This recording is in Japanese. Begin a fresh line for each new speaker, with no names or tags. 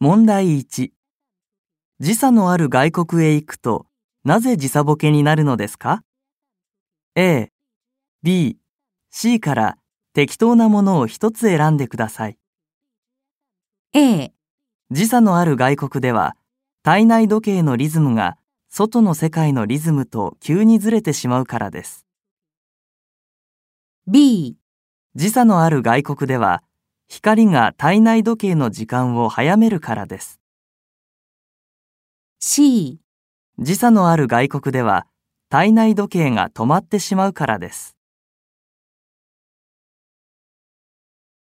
問題1。時差のある外国へ行くと、なぜ時差ボケになるのですか ?A、B、C から適当なものを一つ選んでください。
A、
時差のある外国では、体内時計のリズムが外の世界のリズムと急にずれてしまうからです。
B、
時差のある外国では、光が体内時計の時間を早めるからです。
C。
時差のある外国では、体内時計が止まってしまうからです。